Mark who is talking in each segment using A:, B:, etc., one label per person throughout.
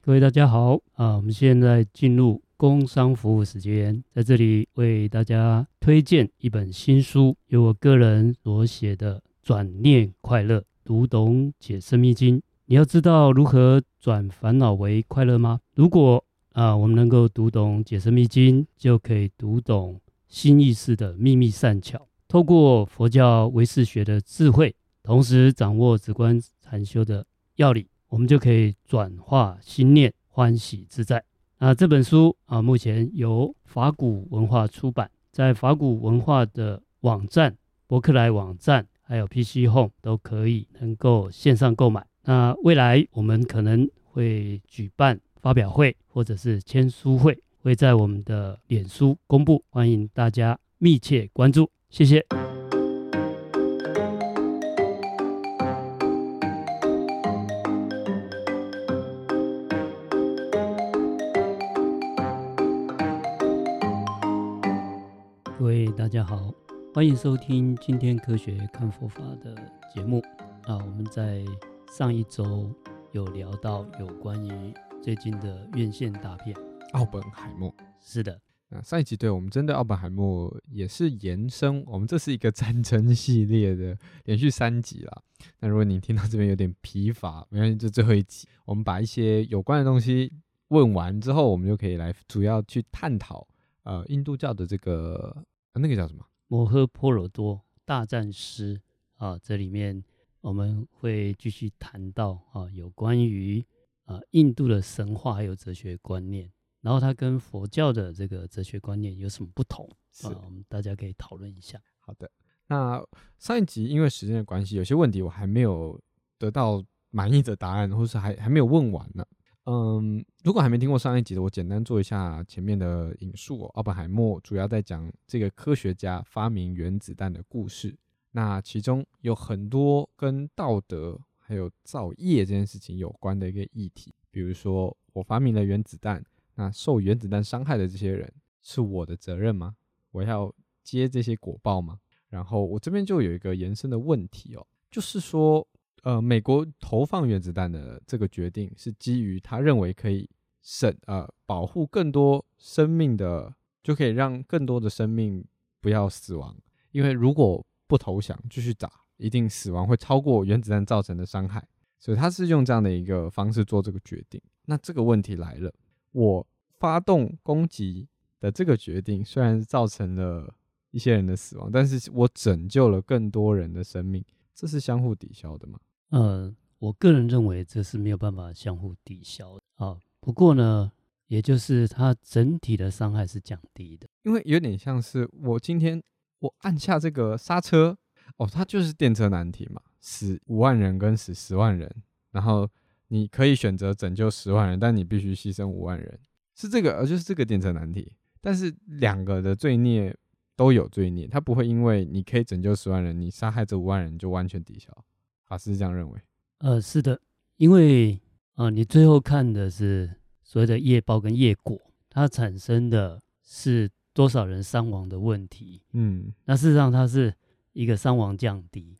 A: 各位大家好啊！我们现在进入工商服务时间，在这里为大家推荐一本新书，由我个人所写的《转念快乐：读懂解生命经》。你要知道如何转烦恼为快乐吗？如果啊，我们能够读懂《解生密经》，就可以读懂新意识的秘密善巧。透过佛教唯识学的智慧，同时掌握直观禅修的要领，我们就可以转化心念，欢喜自在。啊，这本书啊，目前由法古文化出版，在法古文化的网站、博客来网站，还有 PC Home 都可以能够线上购买。那未来我们可能会举办发表会或者是签书会，会在我们的脸书公布，欢迎大家密切关注，谢谢。各位大家好，欢迎收听今天科学看佛法的节目。啊，我们在上一周有聊到有关于最近的院线大片，
B: 奥本海默。
A: 是的，
B: 那上一集对我们针对奥本海默也是延伸，我们这是一个战争系列的连续三集啦。那如果你听到这边有点疲乏，没关系，这最后一集，我们把一些有关的东西问完之后，我们就可以来主要去探讨呃印度教的这个、呃那个叫什么？
A: 摩诃婆罗多大战师啊，这里面我们会继续谈到啊，有关于啊印度的神话还有哲学观念，然后它跟佛教的这个哲学观念有什么不同
B: 是
A: 啊？我们大家可以讨论一下。
B: 好的，那上一集因为时间的关系，有些问题我还没有得到满意的答案，或是还还没有问完呢。嗯，如果还没听过上一集的，我简单做一下前面的引述、哦。奥本海默主要在讲这个科学家发明原子弹的故事，那其中有很多跟道德还有造业这件事情有关的一个议题，比如说我发明了原子弹，那受原子弹伤害的这些人是我的责任吗？我要接这些果报吗？然后我这边就有一个延伸的问题哦，就是说，呃，美国投放原子弹的这个决定是基于他认为可以省呃保护更多生命的，就可以让更多的生命不要死亡，因为如果不投降继续打，一定死亡会超过原子弹造成的伤害，所以他是用这样的一个方式做这个决定。那这个问题来了，我发动攻击的这个决定虽然造成了一些人的死亡，但是我拯救了更多人的生命，这是相互抵消的嘛？
A: 呃，我个人认为这是没有办法相互抵消的啊。不过呢，也就是它整体的伤害是降低的。
B: 因为有点像是我今天我按下这个刹车，哦，它就是电车难题嘛，死五万人跟死十万人，然后你可以选择拯救十万人，但你必须牺牲五万人，是这个，呃，就是这个电车难题。但是两个的罪孽都有罪孽，它不会因为你可以拯救十万人，你杀害这五万人就完全抵消。法师这样认为。
A: 呃，是的，因为啊、呃你最后看的是所谓的业报跟业果，它产生的是多少人伤亡的问题。
B: 嗯，
A: 那事实上，它是一个伤亡降低，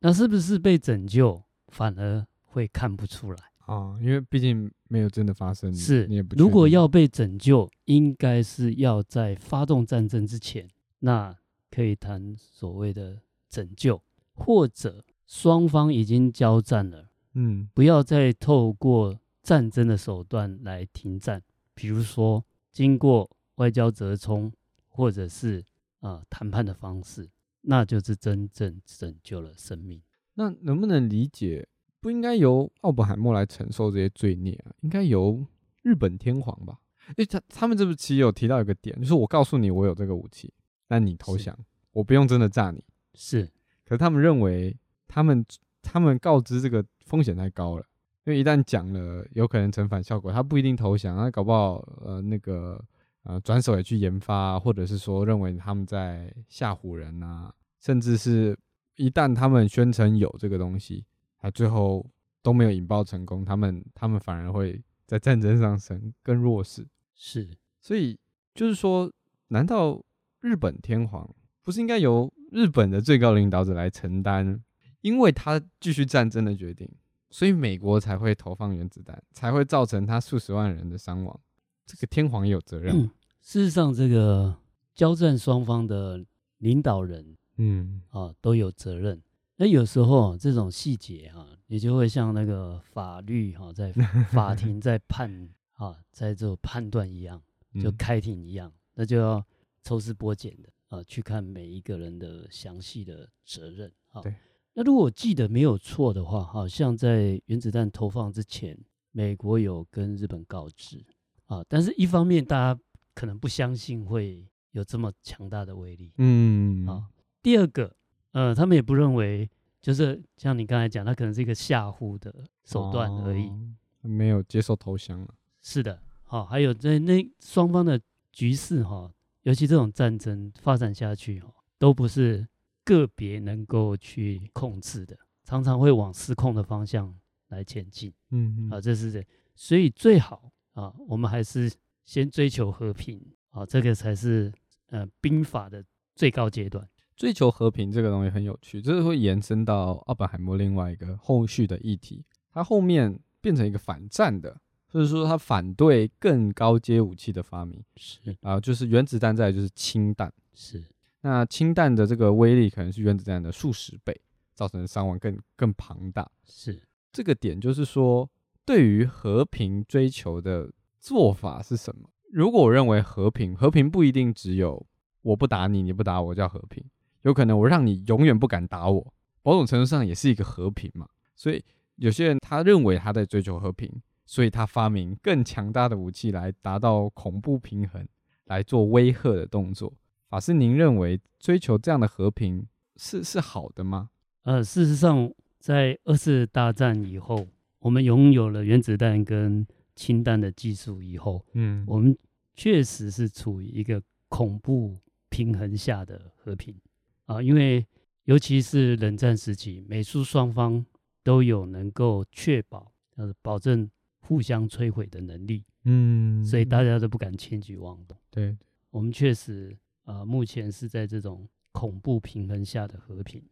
A: 那是不是被拯救，反而会看不出来。
B: 啊，因为毕竟没有真的发生，
A: 是
B: 你也不确定。
A: 如果要被拯救，应该是要在发动战争之前，那可以谈所谓的拯救，或者双方已经交战了，
B: 嗯
A: 不要再透过战争的手段来停战，比如说经过外交折冲，或者是啊、呃谈判的方式，那就是真正拯救了生命。
B: 那能不能理解？不应该由奥本海默来承受这些罪孽啊，应该由日本天皇吧？因为他他们这部其实有提到一个点，就是我告诉你我有这个武器，但你投
A: 是
B: 降，我不用真的炸你。
A: 是
B: 可是他们认为，他们他们告知这个风险太高了，因为一旦讲了，有可能成反效果，他不一定投降，他搞不好呃那个呃转手也去研发啊，或者是说认为他们在吓唬人啊，甚至是一旦他们宣称有这个东西，他最后都没有引爆成功，他们他们反而会在战争上升更弱势。
A: 是，
B: 所以就是说，难道日本天皇不是应该由日本的最高领导者来承担，因为他继续战争的决定，所以美国才会投放原子弹，才会造成他数十万人的伤亡。这个天皇也有责任嘛。
A: 事实上，这个交战双方的领导人
B: 嗯
A: 啊都有责任。那有时候、啊、这种细节哈、啊，也就会像那个法律哈、 在法庭在判啊，在做判断一样，就
B: 嗯
A: 开庭一样，那就要抽丝剥茧的啊，去看每一个人的详细的责任啊。
B: 对。
A: 那如果我记得没有错的话，好像在原子弹投放之前，美国有跟日本告知啊，但是一方面大家可能不相信会有这么强大的威力，
B: 嗯
A: 啊、第二个，呃，他们也不认为，就是像你刚才讲，他可能是一个吓唬的手段而已。
B: 哦没有接受投降了。
A: 是的，好、还有在那双方的局势哈、尤其这种战争发展下去哈、都不是个别能够去控制的，常常会往失控的方向来前进
B: 嗯
A: 啊，这是这，所以最好啊，我们还是先追求和平啊，这个才是呃兵法的最高阶段。
B: 追求和平这个东西很有趣，这是会延伸到奥本海默另外一个后续的议题，它后面变成一个反战的，就是说他反对更高阶武器的发明
A: 是
B: 啊、就是原子弹，再来就是氢弹。
A: 是，
B: 那氢弹的这个威力可能是原子弹的数十倍，造成的伤亡更更庞大。
A: 是
B: 这个点就是说，对于和平追求的做法是什么？如果我认为和平，和平不一定只有我不打你，你不打我叫和平，有可能我让你永远不敢打我，某种程度上也是一个和平嘛。所以有些人他认为他在追求和平，所以他发明更强大的武器来达到恐怖平衡，来做威吓的动作。法师，您认为追求这样的和平是是好的吗？
A: 呃，事实上，在二次大战以后，我们拥有了原子弹跟氢弹的技术以后，
B: 嗯
A: 我们确实是处于一个恐怖平衡下的和平啊、因为尤其是冷战时期，美苏双方都有能够确保呃保证互相摧毁的能力，
B: 嗯
A: 所以大家都不敢轻举妄动。
B: 对
A: 我们确实呃目前是在这种恐怖平衡下的和平。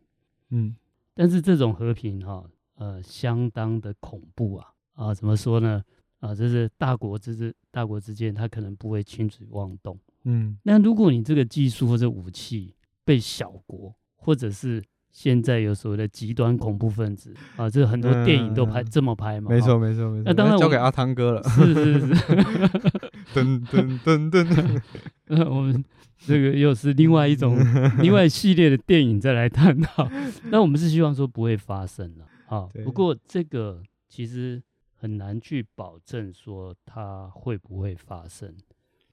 B: 嗯。
A: 但是这种和平哈、呃，相当的恐怖啊啊，怎么说呢？啊，这是大国之之大国之间，他可能不会轻举妄动。
B: 嗯
A: 那如果你这个技术或者武器被小国，或者是现在有所谓的极端恐怖分子啊，这很多电影都拍、
B: 嗯
A: 这么拍，嘛，
B: 没
A: 哈
B: 错，没错没错，
A: 那当然
B: 交
A: 我
B: 给阿汤哥了。
A: 是是是，
B: 噔噔噔 噔，
A: 我们这个又是另外一种另外一系列的电影再来探讨。那我们是希望说不会发生了啊
B: 对。
A: 不过这个其实很难去保证说它会不会发生。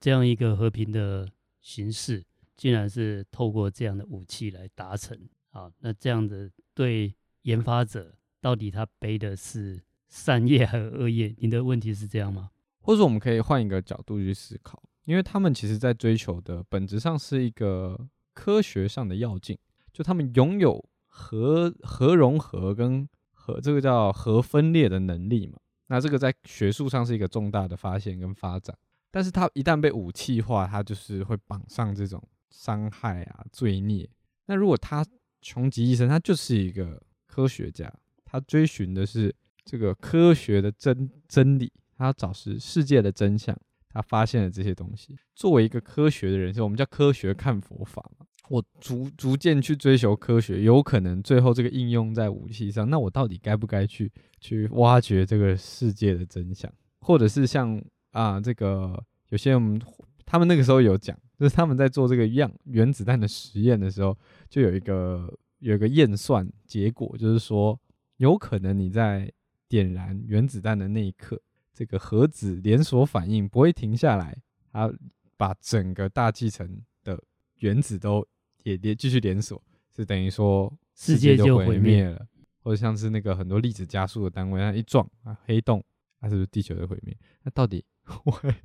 A: 这样一个和平的形式，竟然是透过这样的武器来达成啊。那这样的对研发者到底他背的是善业还是恶业？你的问题是这样吗？
B: 或者我们可以换一个角度去思考，因为他们其实在追求的本质上是一个科学上的要进，就他们拥有核核融合跟核这个叫核分裂的能力嘛。那这个在学术上是一个重大的发现跟发展，但是它一旦被武器化，它就是会绑上这种伤害啊、罪孽。那如果他穷极一生，他就是一个科学家，他追寻的是这个科学的真真理，他找是世界的真相，他发现了这些东西。作为一个科学的人，我们叫科学看佛法嘛。我逐逐渐去追求科学，有可能最后这个应用在武器上。那我到底该不该去去挖掘这个世界的真相，或者是像啊这个有些我们他们那个时候有讲，就是他们在做这个样原子弹的实验的时候，就有一个有一个验算结果，就是说有可能你在点燃原子弹的那一刻，这个核子连锁反应不会停下来，它把整个大气层的原子都也连继续连锁，是等于说
A: 世
B: 界
A: 界就
B: 毁
A: 毁
B: 灭
A: 灭
B: 了，或者像是那个很多粒子加速的单位，它一撞啊黑洞，它是不是地球的毁灭？那到底 我还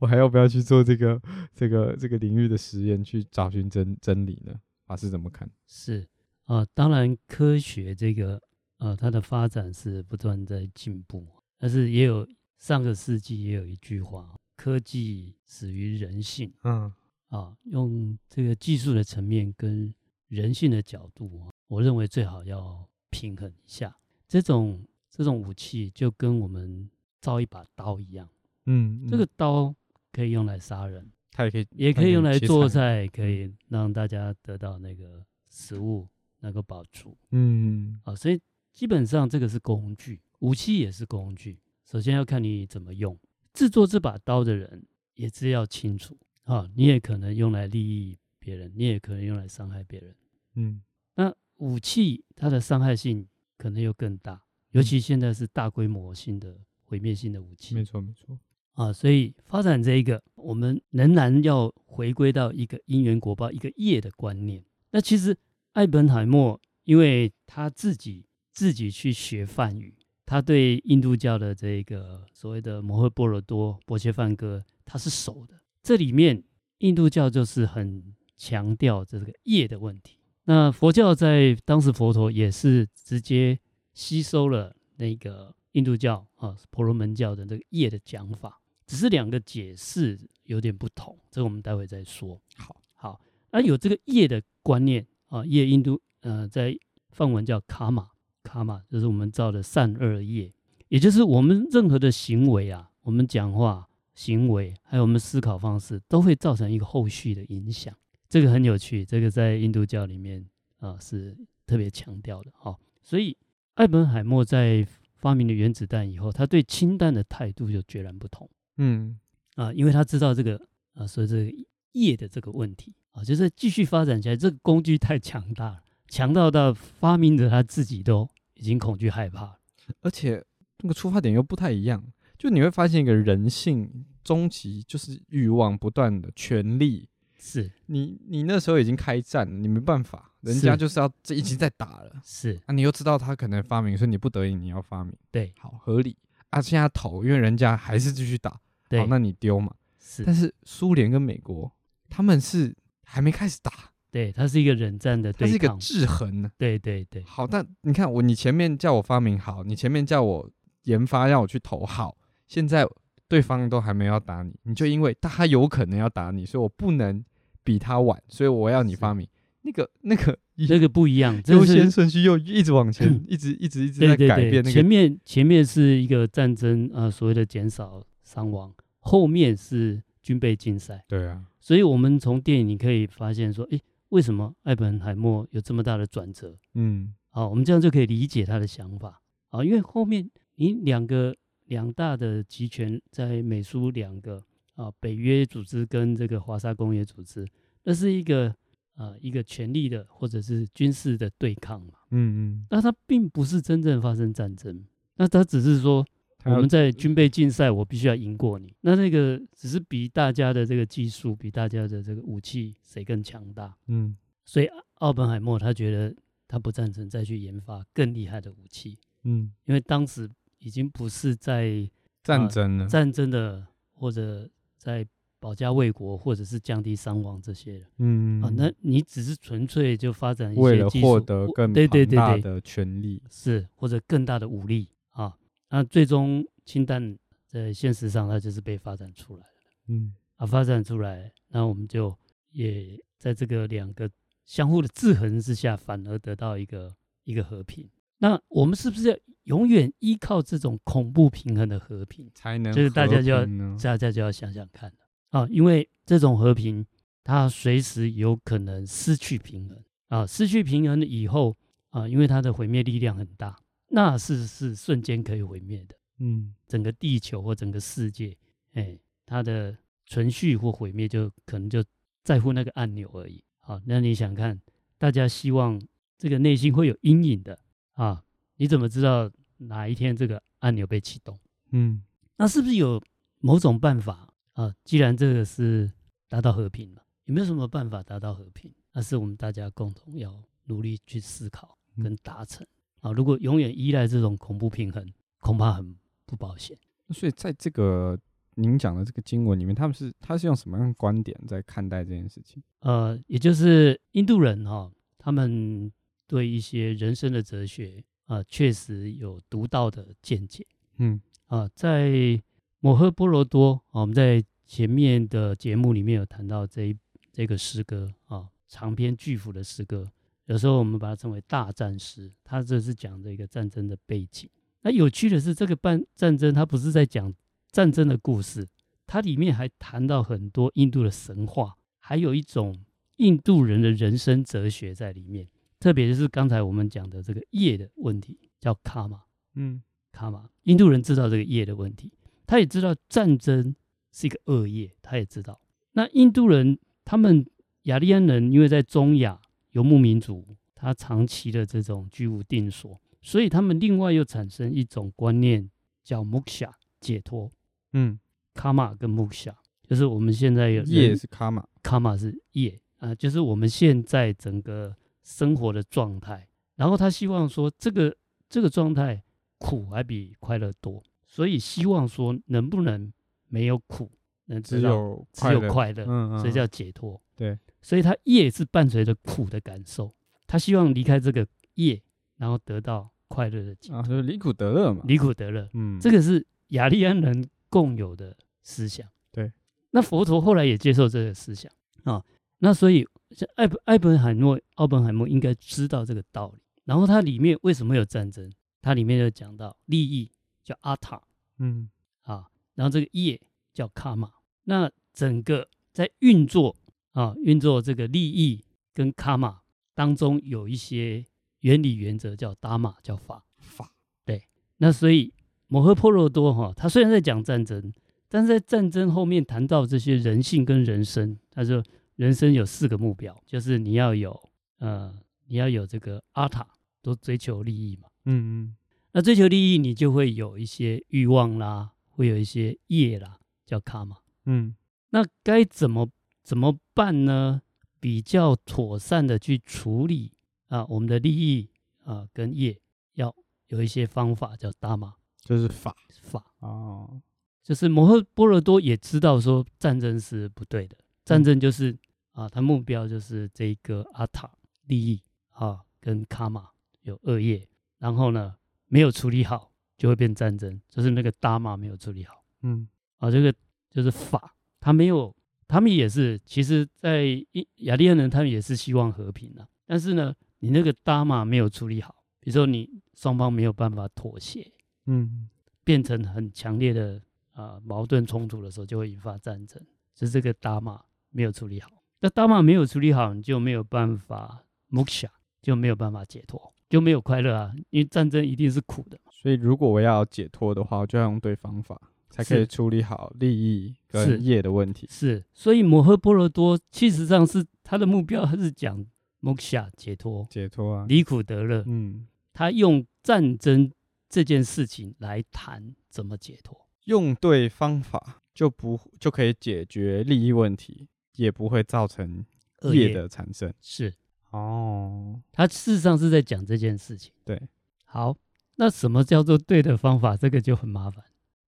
B: 我还要不要去做这个这个这个领域的实验，去找寻真真理呢？法师怎么看？
A: 是啊、呃当然科学这个呃，它的发展是不断在进步，但是也有上个世纪也有一句话，科技始于人性
B: 嗯
A: 啊，用这个技术的层面跟人性的角度啊，我认为最好要平衡一下。这种这种武器就跟我们造一把刀一样，
B: 嗯，
A: 这个刀可以用来杀人，
B: 它也可以，
A: 也可以用来做
B: 菜，嗯
A: 菜，可以让大家得到那个食物能够饱足
B: 嗯
A: 啊。所以基本上这个是工具，武器也是工具。首先要看你怎么用。制作这把刀的人也是要清楚啊，你也可能用来利益别人，你也可能用来伤害别人。
B: 嗯
A: 那武器它的伤害性可能又更大，尤其现在是大规模性的毁灭性的武器，
B: 嗯没错没错，
A: 啊，所以发展这一个，我们仍然要回归到一个因缘果报、一个业的观念。那其实艾本海默，因为他自己自己去学梵语，他对印度教的这个所谓的摩诃波罗多、波切梵歌，他是熟的。这里面印度教就是很强调这个业的问题。那佛教在当时佛陀也是直接吸收了那个印度教啊婆罗门教的那个业的讲法，只是两个解释有点不同，这个我们待会再说。
B: 好，
A: 好，那有这个业的观念啊，业印度呃在梵文叫卡玛，卡玛就是我们造的善恶业，也就是我们任何的行为啊，我们讲话、行为，还有我们思考方式，都会造成一个后续的影响。这个很有趣，这个在印度教里面啊、是特别强调的哈、所以艾本海默在发明了原子弹以后，他对氢弹的态度就截然不同。
B: 嗯
A: 啊，因为他知道这个啊，所以这个业的这个问题啊，就是继续发展起来，这个工具太强大了，强到到发明者他自己都已经恐惧害怕了。
B: 而且那个出发点又不太一样，就你会发现一个人性终极就是欲望不断的权力。
A: 是
B: 你你那时候已经开战了，你没办法，人家
A: 是
B: 就是要这已经在打了，
A: 是，
B: 啊，你又知道他可能发明，所以你不得已你要发明，
A: 对
B: 好合理啊。现在投，因为人家还是继续打，好
A: 对，，
B: 那你丢嘛。
A: 是
B: 但，是苏联跟美国他们是还没开始打，
A: 对，它是一个冷战的
B: 它是
A: 对
B: 一个
A: 抗，
B: 制衡呢。
A: 对对对，
B: 好，但你看我，你前面叫我发明好，你前面叫我研发，让我去投好，现在对方都还没有要打你，你就因为他有可能要打你，所以我不能比他晚，所以我要你
A: 是
B: 发明那个那个
A: 这个不一样，这
B: 优
A: 个
B: 先
A: 是
B: 顺序又一直往前，一直一直一直在
A: 对对
B: 改变
A: 对，
B: 那
A: 前
B: 个。
A: 面前面是一个战争啊、呃所谓的减少伤亡，后面是军备竞赛。
B: 对啊，
A: 所以我们从电影你可以发现说，诶，为什么艾本海默有这么大的转折？
B: 嗯
A: 好，哦我们这样就可以理解他的想法啊，因为后面你两个两大的集权在美苏两个啊，北约组织跟这个华沙公约组织，那是一个呃一个权力的或者是军事的对抗嘛，
B: 嗯嗯，
A: 那它并不是真正发生战争，那它只是说
B: 他
A: 我
B: 要
A: 们在军备竞赛，我必须要赢过你。那那个只是比大家的这个技术，比大家的这个武器谁更强大。
B: 嗯
A: 所以奥本海默他觉得他不赞成再去研发更厉害的武器，
B: 嗯
A: 因为当时已经不是在
B: 战争了，
A: 战争的或者在保家卫国或者是降低伤亡这些了、
B: 嗯
A: 啊。那你只是纯粹就发展一
B: 为
A: 些
B: 了
A: 技
B: 获
A: 术，
B: 得
A: 或
B: 更
A: 对对
B: 庞
A: 对
B: 大
A: 对
B: 的权利，
A: 是或者更大的武力啊。那最终氢弹在现实上它就是被发展出来了
B: 嗯
A: 啊，发展出来，那我们就也在这个两个相互的制衡之下，反而得到一个一个和平。那我们是不是要永远依靠这种恐怖平衡的和平？
B: 才能
A: 就是大家
B: 和
A: 就要
B: 平呢
A: 大家就要想想看了啊，因为这种和平，它随时有可能失去平衡啊，失去平衡以后啊，因为它的毁灭力量很大，那是是瞬间可以毁灭的，
B: 嗯
A: 整个地球或整个世界，哎，它的存续或毁灭就可能就在乎那个按钮而已。好，那你想看，大家希望这个内心会有阴影的啊，你怎么知道哪一天这个按钮被启动？
B: 嗯
A: 那是不是有某种办法啊？既然这个是达到和平了，有没有什么办法达到和平？那是我们大家共同要努力去思考跟达成啊。如果永远依赖这种恐怖平衡，恐怕很不保险。
B: 所以在这个您讲的这个经文里面，他们是他是用什么样的观点在看待这件事情？
A: 呃，也就是印度人哈、他们对一些人生的哲学啊，确实有独到的见解。
B: 嗯
A: 啊，在摩诃波罗多啊，我们在前面的节目里面有谈到这一这个诗歌啊，长篇巨幅的诗歌，有时候我们把它称为大战诗，它这是讲这个战争的背景。那有趣的是，这个半战争它不是在讲战争的故事，它里面还谈到很多印度的神话，还有一种印度人的人生哲学在里面。特别就是刚才我们讲的这个业的问题，叫卡玛
B: 嗯
A: 卡玛。印度人知道这个业的问题，他也知道战争是一个恶业，他也知道。那印度人他们雅利安人，因为在中亚游牧民族，他长期的这种居无定所，所以他们另外又产生一种观念叫 moksha 解脱，
B: 嗯，
A: 卡玛跟 moksha 就是我们现在有
B: 业是卡玛，
A: 卡玛是业啊、就是我们现在整个生活的状态。然后他希望说，这个这个状态苦还比快乐多，所以希望说能不能没有苦，能
B: 只
A: 知道
B: 有
A: 只有
B: 乐
A: 快乐，
B: 嗯嗯，
A: 所以叫解脱。
B: 对，
A: 所以他业是伴随着苦的感受，他希望离开这个业，然后得到快乐的解脱，
B: 啊，就是离苦得乐嘛。
A: 离苦得乐。
B: 嗯，
A: 这
B: 个
A: 个是雅利安人共有的思想。
B: 对，
A: 那佛陀后来也接受这个思想啊、那所以像艾本艾本海默、奥本海默应该知道这个道理。然后它里面为什么有战争？它里面就讲到利益叫阿塔
B: 嗯
A: 啊，然后这个业叫卡玛。那整个在运作啊，运作这个利益跟卡玛当中有一些原理原则叫达玛叫法。
B: 法
A: 那所以摩诃婆罗多哈、他虽然在讲战争，但是在战争后面谈到这些人性跟人生，他说人生有四个目标，就是你要有呃，你要有这个阿塔，都追求利益嘛。
B: 嗯嗯
A: 那追求利益，你就会有一些欲望啦，会有一些业啦，叫卡玛。
B: 嗯
A: 那该怎么怎么办呢？比较妥善的去处理啊，我们的利益啊跟业，要有一些方法叫达玛
B: 就是法
A: 法。
B: 哦，
A: 就是摩诃波罗多也知道说战争是不对的，战争就是、啊，他目标就是这一个阿塔利益啊，跟卡玛有恶业，然后呢没有处理好就会变战争，就是那个达玛没有处理好
B: 嗯
A: 啊，这个就是法，他没有，他们也是，其实在一雅利安人他们也是希望和平的、啊但是呢，你那个达玛没有处理好，比如说你双方没有办法妥协，
B: 嗯
A: 变成很强烈的啊、呃矛盾冲突的时候，就会引发战争。是这个达玛没有处理好，那达玛没有处理好，你就没有办法 moksha，就没有办法解脱，就没有快乐啊。因为战争一定是苦的嘛，
B: 所以如果我要解脱的话，我就要用对方法，才可以
A: 是
B: 处理好利益
A: 是
B: 跟业的问题。
A: 是。所以摩诃波罗多其实上是他的目标，他是讲 moksha 解脱，
B: 解脱啊，
A: 离苦得乐。
B: 嗯，
A: 他用战争这件事情来谈怎么解脱。
B: 用对方法就不就可以解决利益问题，也不会造成
A: 恶
B: 业的产生。
A: 是
B: 哦，
A: 他事实上是在讲这件事情。
B: 对，
A: 好，那什么叫做对的方法？这个就很麻烦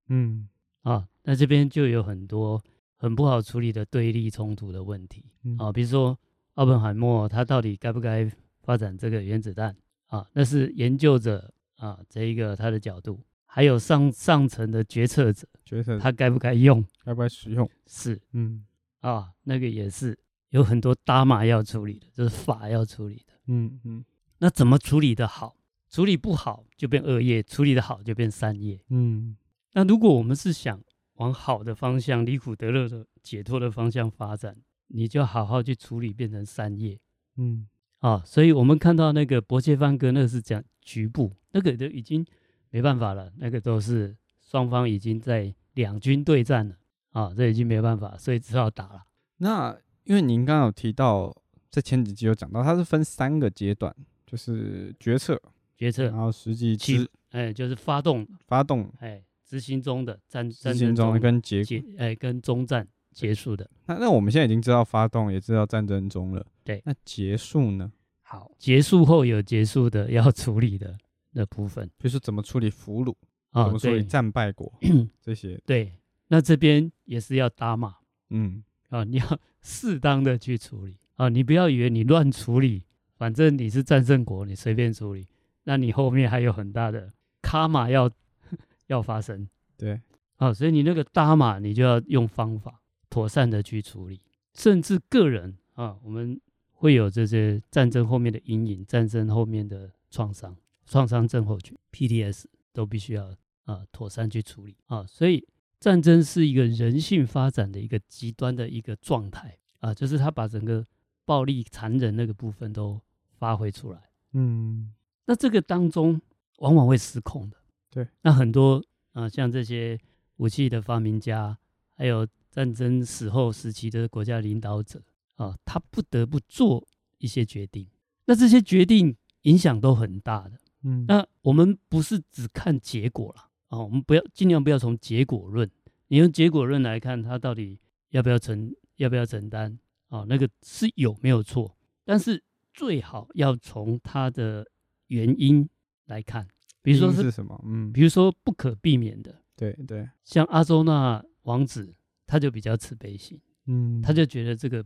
B: 嗯
A: 啊。那这边就有很多很不好处理的对立冲突的问题
B: 嗯
A: 啊，比如说奥本海默他到底该不该发展这个原子弹啊？那是研究者啊，这一个他的角度，还有上上层的决策者，
B: 觉得
A: 他该不该用
B: 该不该使用？
A: 是
B: 嗯
A: 啊，那个也是有很多搭马要处理的，就是法要处理的。
B: 嗯嗯
A: 那怎么处理的好？处理不好就变恶业，处理的好就变善业。
B: 嗯
A: 那如果我们是想往好的方向、离苦得乐的解脱的方向发展，你就好好去处理变成善业
B: 嗯
A: 啊。所以我们看到那个伯切梵哥，那个是讲局部，那个都已经没办法了，那个都是双方已经在两军对战了啊，这已经没办法，所以只好打了。
B: 那因为您刚刚有提到，在前几集有讲到，它是分三个阶段，就是决策，
A: 决策
B: 然，后实际
A: 起
B: 执
A: 哎，就是发动，
B: 发动
A: 哎，执行中的战
B: 执
A: 战
B: 行
A: 争
B: 中
A: 中
B: 的跟结
A: 结，哎，跟中战结束的。
B: 那那我们现在已经知道发动，也知道战争中了。
A: 对
B: 那结束呢？
A: 好，结束后有结束的要处理的那部分
B: 比如说怎么处理俘虏，
A: 啊
B: 怎么，处理
A: 对
B: 战败 国这些，
A: 对，那这边也是要打码
B: 嗯，
A: 啊，你要 适当的去处理啊，你不要以为你乱处理，反正你是战胜国，你随便处理，那你后面还有很大的卡玛要 要发生
B: 对，
A: 啊，所以你那个搭码你就要用方法妥善的去处理，甚至个人啊，我们会有这些战争后面的阴影，战争后面的创伤，创伤症候群 （PTS）。都必须要啊妥善去处理啊。所以战争是一个人性发展的一个极端的一个状态啊，就是他把整个暴力、残忍那个部分都发挥出来。
B: 嗯，
A: 那这个当中往往会失控的。
B: 对，
A: 那很多啊、呃像这些武器的发明家，还有战争死后时期的国家领导者啊、他不得不做一些决定。那这些决定影响都很大的。
B: 嗯
A: 那我们不是只看结果啦，啊，我们不要尽量不要从结果论，你用结果论来看他到底要不要承要不要承担啊，那个是有没有错，但是最好要从它的原因来看，比如说
B: 因
A: 是
B: 是什么？嗯，
A: 比如说不可避免的，
B: 对对，
A: 像阿周那王子他就比较慈悲心，
B: 嗯
A: 他就觉得这个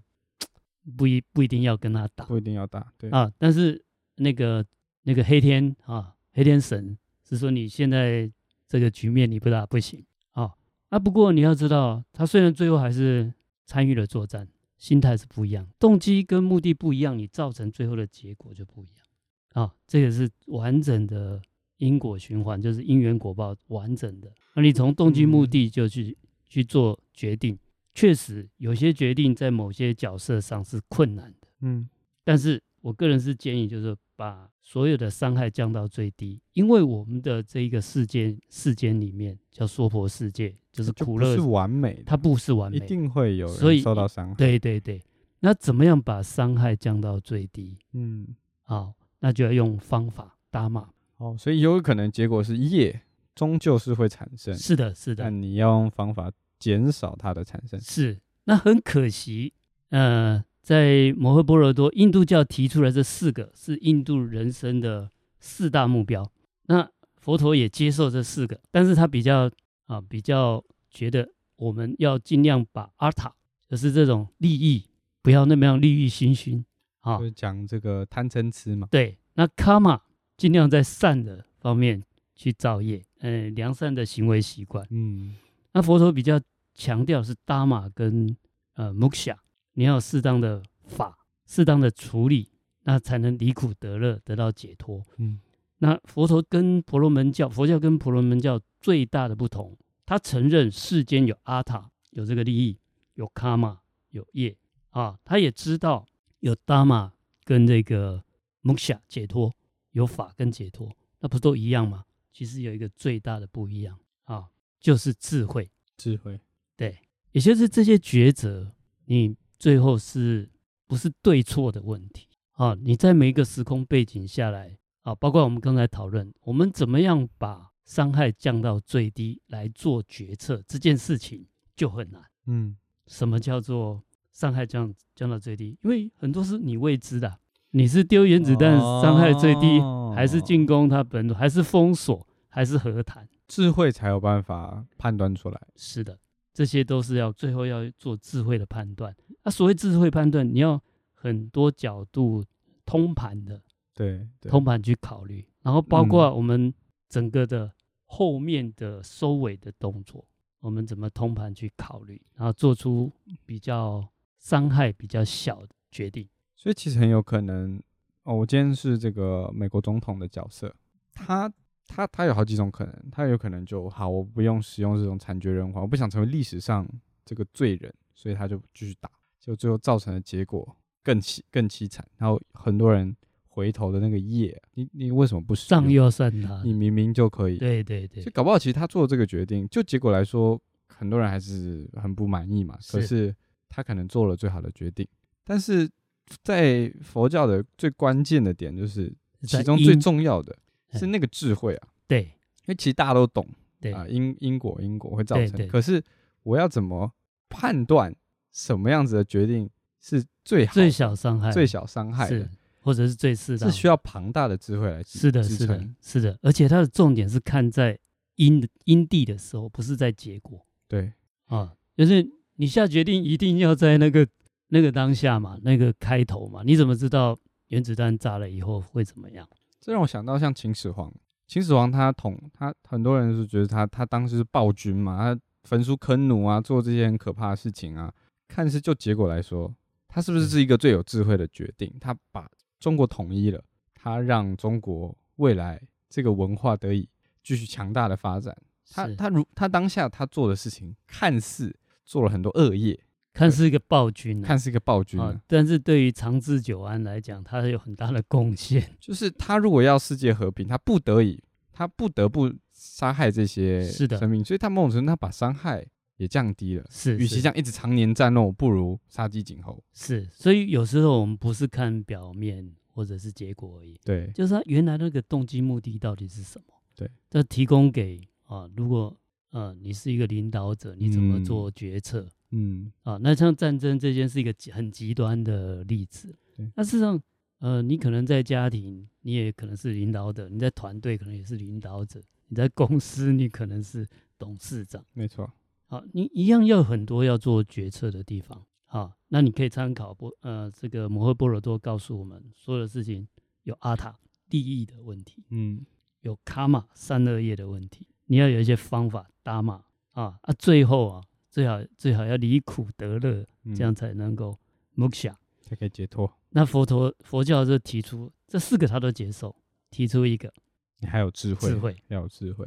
A: 不一不一定要跟他打，
B: 不一定要打，对，
A: 啊，但是那个那个黑天啊，黑天神是说你现在这个局面你不打不行啊。啊，不过你要知道，他虽然最后还是参与了作战，心态是不一样，动机跟目的不一样，你造成最后的结果就不一样啊。这个是完整的因果循环，就是因缘果报完整的。那你从动机目
B: 嗯
A: 的就去、去做决定，确实有些决定在某些角色上是困难的。
B: 嗯
A: 但是我个人是建议，就是把所有的伤害降到最低，因为我们的这一个世界世间里面叫娑婆世界，就是
B: 就
A: 苦
B: 不
A: 乐
B: 是，完美的，
A: 它不是完
B: 一
A: 美，
B: 定会有
A: 所以
B: 人受到伤害，
A: 对对对。那怎么样把伤害降到最低？
B: 嗯，
A: 好，那就要用方法打码。
B: 哦，所以有可能结果是业，终究是会产生，
A: 是的，是的，
B: 但你要用方法减少它的产生，
A: 是。那很可惜，呃，在摩诃般若多，印度教提出来这四个是印度人生的四大目标。那佛陀也接受这四个，但是他比较啊、比较觉得我们要尽量把阿塔，就是这种利益，不要那么样利欲熏熏啊
B: 就。是讲这个贪嗔痴嘛，
A: 对，那 karma 尽量在善的方面去造业，嗯、良善的行为习惯。
B: 嗯，
A: 那佛陀比较强调是 dharma 跟呃 moksha，你要有适当的法，适当的处理，那才能离苦得乐，得到解脱。
B: 嗯，
A: 那佛陀跟婆罗门教，佛教跟婆罗门教最大的不同，他承认世间有阿塔，有这个利益，有 karma，有业啊，他也知道有 dharma 跟这个 moksha 解脱，有法跟解脱，那不都一样吗？其实有一个最大的不一样啊，就是智慧。
B: 智慧，
A: 也就是这些抉择，你最后是不是对错的问题啊？你在每一个时空背景下来啊，包括我们刚才讨论，我们怎么样把伤害降到最低来做决策这件事情就很难。
B: 嗯，
A: 什么叫做伤害降降到最低？因为很多是你未知的啊，你是丢原子弹
B: 哦
A: 伤害最低，还是进攻它本土，还是封锁，还是和谈？
B: 智慧才有办法判断出来，
A: 是的，这些都是要最后要做智慧的判断。那、所谓智慧判断，你要很多角度通盘的
B: 对对，嗯
A: 通盘去考虑，然后包括我们整个的后面的收尾的动作，我们怎么通盘去考虑，然后做出比较伤害比较小的决定。
B: 所以其实很有可能，哦，我今天是这个美国总统的角色，他他他有好几种可能，他有可能就好，我不用使用这种惨绝人寰，我不想成为历史上这个罪人，所以他就继续打，就最后造成的结果更凄更凄惨，然后很多人回头的那个业，你你为什么不使
A: 上
B: 用？
A: 又算他，
B: 你明明就可以，
A: 对对对
B: 就，搞不好其实他做这个决定，就结果来说，很多人还是很不满意嘛。可
A: 是
B: 是他可能做了最好的决定，但是在佛教的最关键的点就是，其
A: 在
B: 中最
A: 因
B: 重要的是
A: 哎
B: 那个智慧啊，
A: 对
B: 因为其实大家都懂
A: 对
B: 啊，因因果因果会造
A: 对
B: 成，
A: 对
B: 可是我要怎么判断什么样子的决定是最好
A: 最
B: 的
A: 小伤害
B: 最小伤害
A: 是
B: 的？，
A: 或者是最适当
B: 是需要庞大的智慧来支
A: 是的，
B: 支
A: 是的
B: 撑，
A: 是的，而且它的重点是看在因的因地的时候，不是在结果
B: 对，
A: 啊，就是你下决定一定要在那个那个当下嘛，那个开头嘛，你怎么知道原子弹炸了以后会怎么样？
B: 这让我想到像秦始皇，秦始皇他统他很多人是觉得他他当时是暴君嘛，他焚书坑儒啊，做这些很可怕的事情啊。看似就结果来说，他是不是是一个最有智慧的决定？他把中国统一了，他让中国未来这个文化得以继续强大的发展。他
A: 是
B: 他如他当下他做的事情，看似做了很多恶业，
A: 看似一个暴君、啊，
B: 看似一个暴君啊、
A: 啊，但是对于长治久安来讲，它有很大的贡献。
B: 就是他如果要世界和平，他不得已，他不得不杀害这些
A: 是的
B: 生命，所以他某种程度他把伤害也降低了。
A: 是，
B: 与其
A: 是
B: 这样一直常年战斗，不如杀鸡儆猴。
A: 是，所以有时候我们不是看表面或者是结果而已，
B: 对，
A: 就是他原来那个动机目的到底是什么？
B: 对，
A: 这提供给啊，如果呃你是一个领导者，你怎么
B: 嗯
A: 做决策？
B: 嗯，
A: 啊，那像战争这件是一个极很极端的例子
B: 对。
A: 那事实上，呃，你可能在家庭，你也可能是领导者；你在团队可能也是领导者；你在公司，你可能是董事长。
B: 没错，
A: 好，你一样要有很多要做决策的地方。好，那你可以参考波呃这个摩诃波罗多告诉我们，所有的事情有阿塔利益的问题，
B: 嗯，
A: 有卡玛善恶业的问题，你要有一些方法搭嘛啊啊，最后啊最好最好要离苦得乐，
B: 嗯
A: 这样才能够 moksha。
B: 才可以解脱。
A: 那佛陀佛教就提出这四个他都接受，提出一个
B: 你还有智慧，
A: 智慧
B: 要有智慧，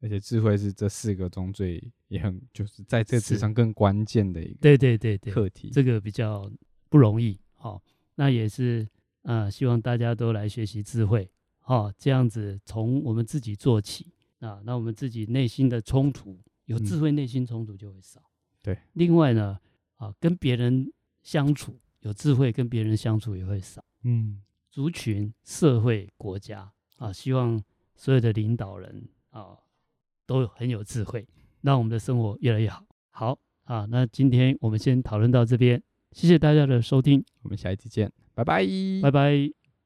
B: 而且智慧是这四个中最也很就是在这次
A: 是
B: 上更关键的一个
A: 对对对对，
B: 课题。
A: 这个比较不容易。好、那也是呃，希望大家都来学习智慧。好、这样子从我们自己做起啊，那我们自己内心的冲突，有智
B: 嗯
A: 慧，内心冲突就会少。
B: 对。
A: 另外呢，啊，跟别人相处，有智慧跟别人相处也会少。
B: 嗯，
A: 族群、社会、国家啊，希望所有的领导人啊都很有智慧，让我们的生活越来越好。好啊，那今天我们先讨论到这边，谢谢大家的收听，
B: 我们下一期见，拜拜，
A: 拜拜。